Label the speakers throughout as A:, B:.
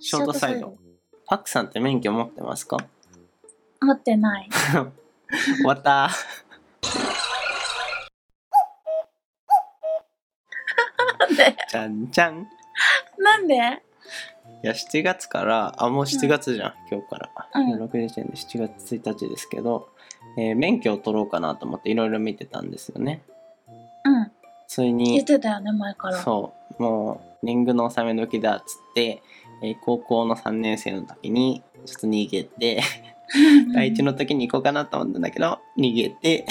A: ショートサイド。パクさんって免許持ってますか
B: 持ってない。
A: 終わったー。
B: なんで
A: じゃんじゃん。い
B: なんで
A: や、7月から、あ、もう7月じゃん、今日から。
B: うん
A: 6時点で7月1日ですけど、えー免許を取ろうかなと思っていろいろ見てたんですよね。
B: うん。
A: つい
B: 言っ
A: に、
B: てたよね、前から。
A: そう、もう、リングの納め時だっつって、えー高校の3年生の時に、ちょっと逃げて、第1の時に行こうかなと思ったんだけど、逃げて、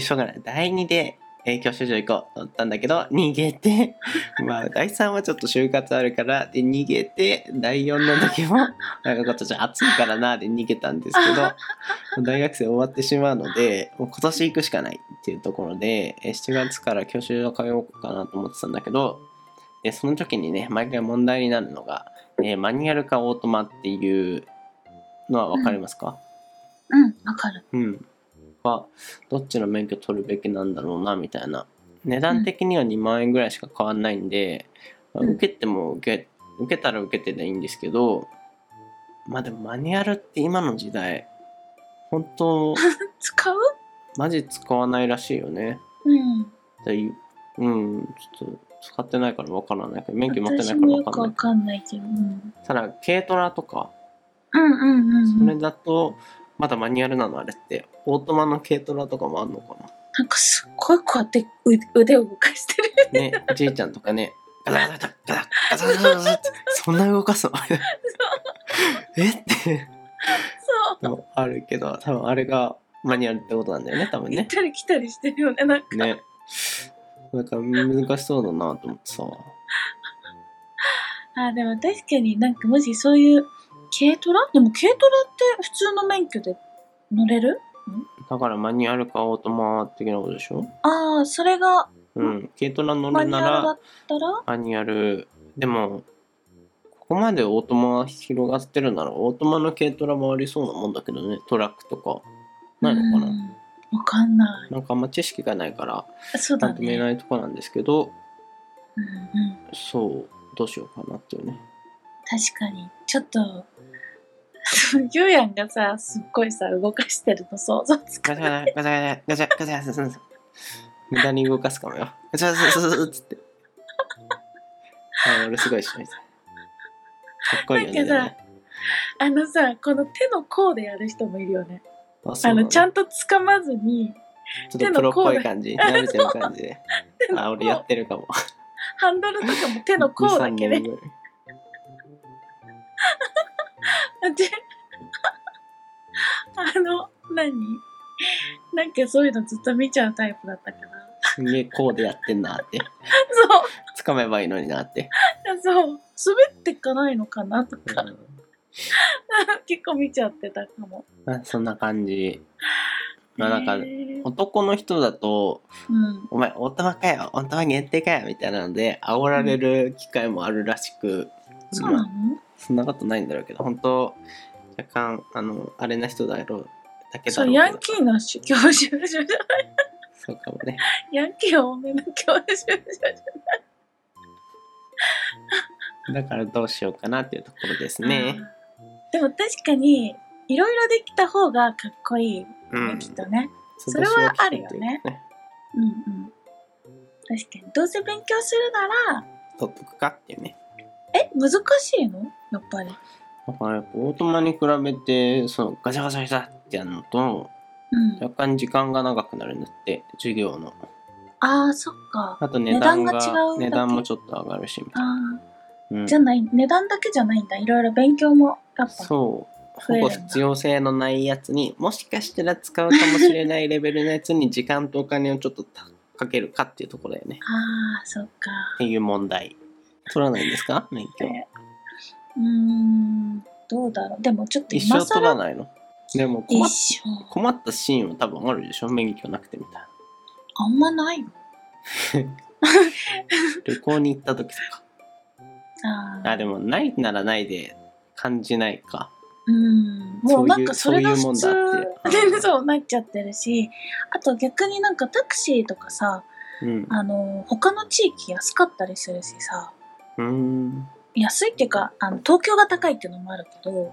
A: しょうがない。第2で、えー教習所行こうと思ったんだけど、逃げて、まあ、第3はちょっと就活あるから、で、逃げて、第4の時も、なんか今年暑いからな、で逃げたんですけど、もう大学生終わってしまうので、もう今年行くしかないっていうところで、えー7月から教習所通おうかなと思ってたんだけど、で、その時にね、毎回問題になるのが、えーマニュアルかオートマっていうのは分かりますか、
B: うん、わかる。
A: うん、はどっちの免許取るべきなんだろうなみたいな値段的には2万円ぐらいしか変わんないんで、まあ
B: うん
A: 受けても受け受けたら受けてでいいんですけどまあでもマニュアルって今の時代本当
B: 使う
A: マジ使わないらしいよね
B: うん。
A: でうんちょっと使ってないから分からないけど免許持ってない
B: 私
A: から
B: もよ
A: 分
B: く
A: かん
B: わ
A: ない
B: かんないけど。うん
A: ただ軽トラとか
B: うんうんうん
A: そ
B: うん。
A: れだとまだマニュアルなのあれってオートマの軽トラとかもあんのかな
B: なんかすっごいこうやってう腕を動かしてる。
A: ね、おじいちゃんとかね、ガタガタガタガタガタガタガタって、そんな動かすのえって、
B: そう。
A: でもあるけど、多分あれがマニュアルってことなんだよ ね、多分
B: 行っ
A: ね。
B: たり来たりしてるよね、なんか。
A: ね。なんか難しそうだなと思ってさ。
B: あーでも確かになんかもしそういう軽トラでも軽トラって普通の免許で乗れる
A: だからマニュアルかオートマ的なことでしょ
B: ああそれが
A: うん。軽トラ乗
B: マ
A: る
B: ニュ
A: な
B: アルだ
A: ら
B: ったら
A: マニュアル。でも、ここまでオートマが広がってるなら、オートマの軽トラもありそうなもんだけどね、トラックとか。ないのかな
B: うんわかんな
A: なんかあんま知識がないから、
B: いそう
A: な
B: だ
A: んと見え
B: ね
A: ないとこなんですけど、
B: うんうん
A: そうどうしようかなっていうね
B: 確かにちょっと ゆうやんがさすっごいさ動かしてるの想像つか
A: ガチ
B: ない
A: ャガチャガチャガチャガチャガチャガチャガチャ無駄に動かすかもよガチャガチャガチャガチャガチャっつってあ俺すごいしないかっこいいよね
B: なんかさあのさこの手の甲でやる人もいるよね
A: でもあそう
B: あ
A: な
B: の
A: の
B: ちゃんとつかまずに
A: ちょっとプロっぽい感じ舐めてる感じで
B: 手の甲
A: あ俺やってるかも
B: ハンドルとかも手の甲だ
A: 2 3
B: けで
A: 人ぐらい
B: で、 あの、何なんかそういうのずっと見ちゃうタイプだったから。
A: すんげえこうでやってんなって
B: そ
A: 掴めばいいのになって、
B: う、そう、滑ってかないのかなと
A: う
B: か、 結構見ちゃってたかも。
A: んまあ、そんな感じまあなん
B: へ
A: か
B: ー
A: 男の人だと
B: うん。
A: お前、オートマかよ、オートマ限定かよ、みたいなので、煽られる機会もあるらしく、
B: そうな
A: まあ
B: の
A: そんなことないんだろうけど、本当若干、あの、あれな人だろう、だけだ
B: そ
A: ろう
B: う、
A: けど
B: ヤンキーの教習所じゃない。
A: そうかもね。
B: ヤンキー多めの教習所じ
A: だからどうしようかなっていうところです
B: ゃない。
A: ね。
B: でも確かに、いろいろできた方がかっこいいね、
A: うん。
B: きっとね。
A: 潰しを切
B: それはあるよね
A: っていうか。
B: うんうん。確かに。どうせ勉強するなら、
A: 取っとくかっていうね。
B: え難しいのやっぱり。
A: だからやっぱオートマに比べて、そのガチャガチャガチャってやるのと、
B: うん。
A: 若干時間が長くなるんだって、授業の。
B: ああ、そっか。
A: あと値段が、
B: 値段が違うだけ
A: 値段もちょっと上がるし、みたい
B: あ
A: な。う
B: あ、
A: ん
B: じゃない、値段だけじゃないんだ。いろいろ勉強もやっぱ。
A: そう。
B: 増
A: ほ
B: える
A: ぼ
B: んだ
A: 必要性のないやつにもしかしたら使うかもしれないレベルのやつに時間とお金をちょっとたかけるかっていうところだよね。
B: ああ、そっか
A: っ。ていう問題。取らないんですか免許。
B: えうーん、どうだろう。でもちょっと
A: 一生
B: 今
A: 取ら
B: 更
A: ないの。でも困っ
B: 一生。
A: 困ったシーンは多分あるでしょ免許なくてみたいな。
B: あんまないよ。
A: 旅行に行った時とか。
B: ああ
A: あ、でもないならないで感じないか。
B: うん。もうなんかそ
A: そうい
B: れ
A: う
B: が普
A: そういうもん
B: 通
A: だっていう
B: そうなっちゃってるし、あと逆になんかタクシーとかさ、
A: うん。う
B: あの、他の地域安かったりするしさ、
A: ーん。
B: 安いっていうかあの東京が高いっていうのもあるけど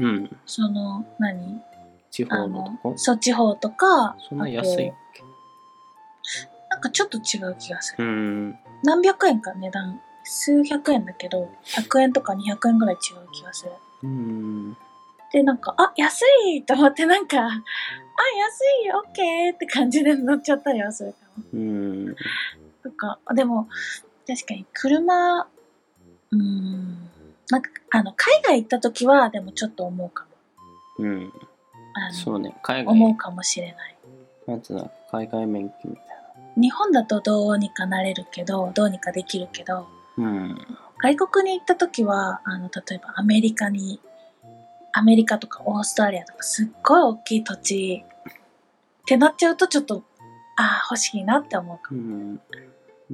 A: うん。
B: その何
A: 地
B: あ
A: 方のと
B: の
A: こ
B: そう地方とか
A: そんな安いっ
B: あとなんかちょっと違う気がす
A: け
B: る、
A: うん。
B: 何百円か値段数百円だけど100円とか200円ぐらい違う気がする
A: うん。
B: でなんかあ安いと思ってなんかあ安いオッケーって感じで乗っちゃったりはするかも
A: うん。
B: とかあでも確かに車うーんなんかあの海外行った時はでもちょっと思うかも
A: うん。
B: あの
A: そうね。海
B: 思う
A: 外、
B: かもしれない
A: なんつうの、海外免許みたい
B: 日本だとどうにかなれるけどどうにかできるけど
A: な。うん。
B: 外国に行った時はあの例えばアメリカにアメリカとかオーストラリアとかすっごい大きい土地ってなっちゃうとちょっとああ欲しいなって思うか
A: う
B: も、
A: ん。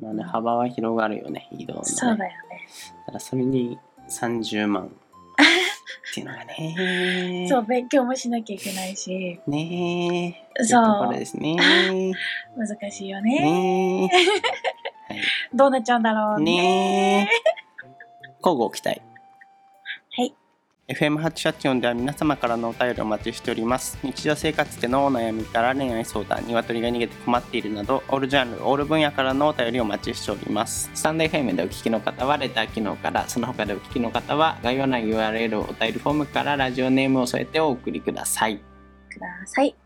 A: まあね、幅は広がるよね、移動の、ね。
B: そうだよね、
A: ただそれに30万っていうのがね。
B: そう勉強もしなきゃいけないし
A: ねえ。
B: そう
A: いところですね。
B: 難しいよね
A: ね
B: どうなっちゃうんだろ
A: え。
B: うね
A: ねえ。交互期待。
B: はい。
A: FM884 では皆様からのお便りをお待ちしております。日常生活でのお悩みから恋愛相談、鶏が逃げて困っているなど、オールジャンル、オール分野からのお便りをお待ちしております。スタンド FM でお聞きの方はレター機能から、その他でお聞きの方は概要欄 URL お便りフォームからラジオネームを添えてお送りください。
B: ください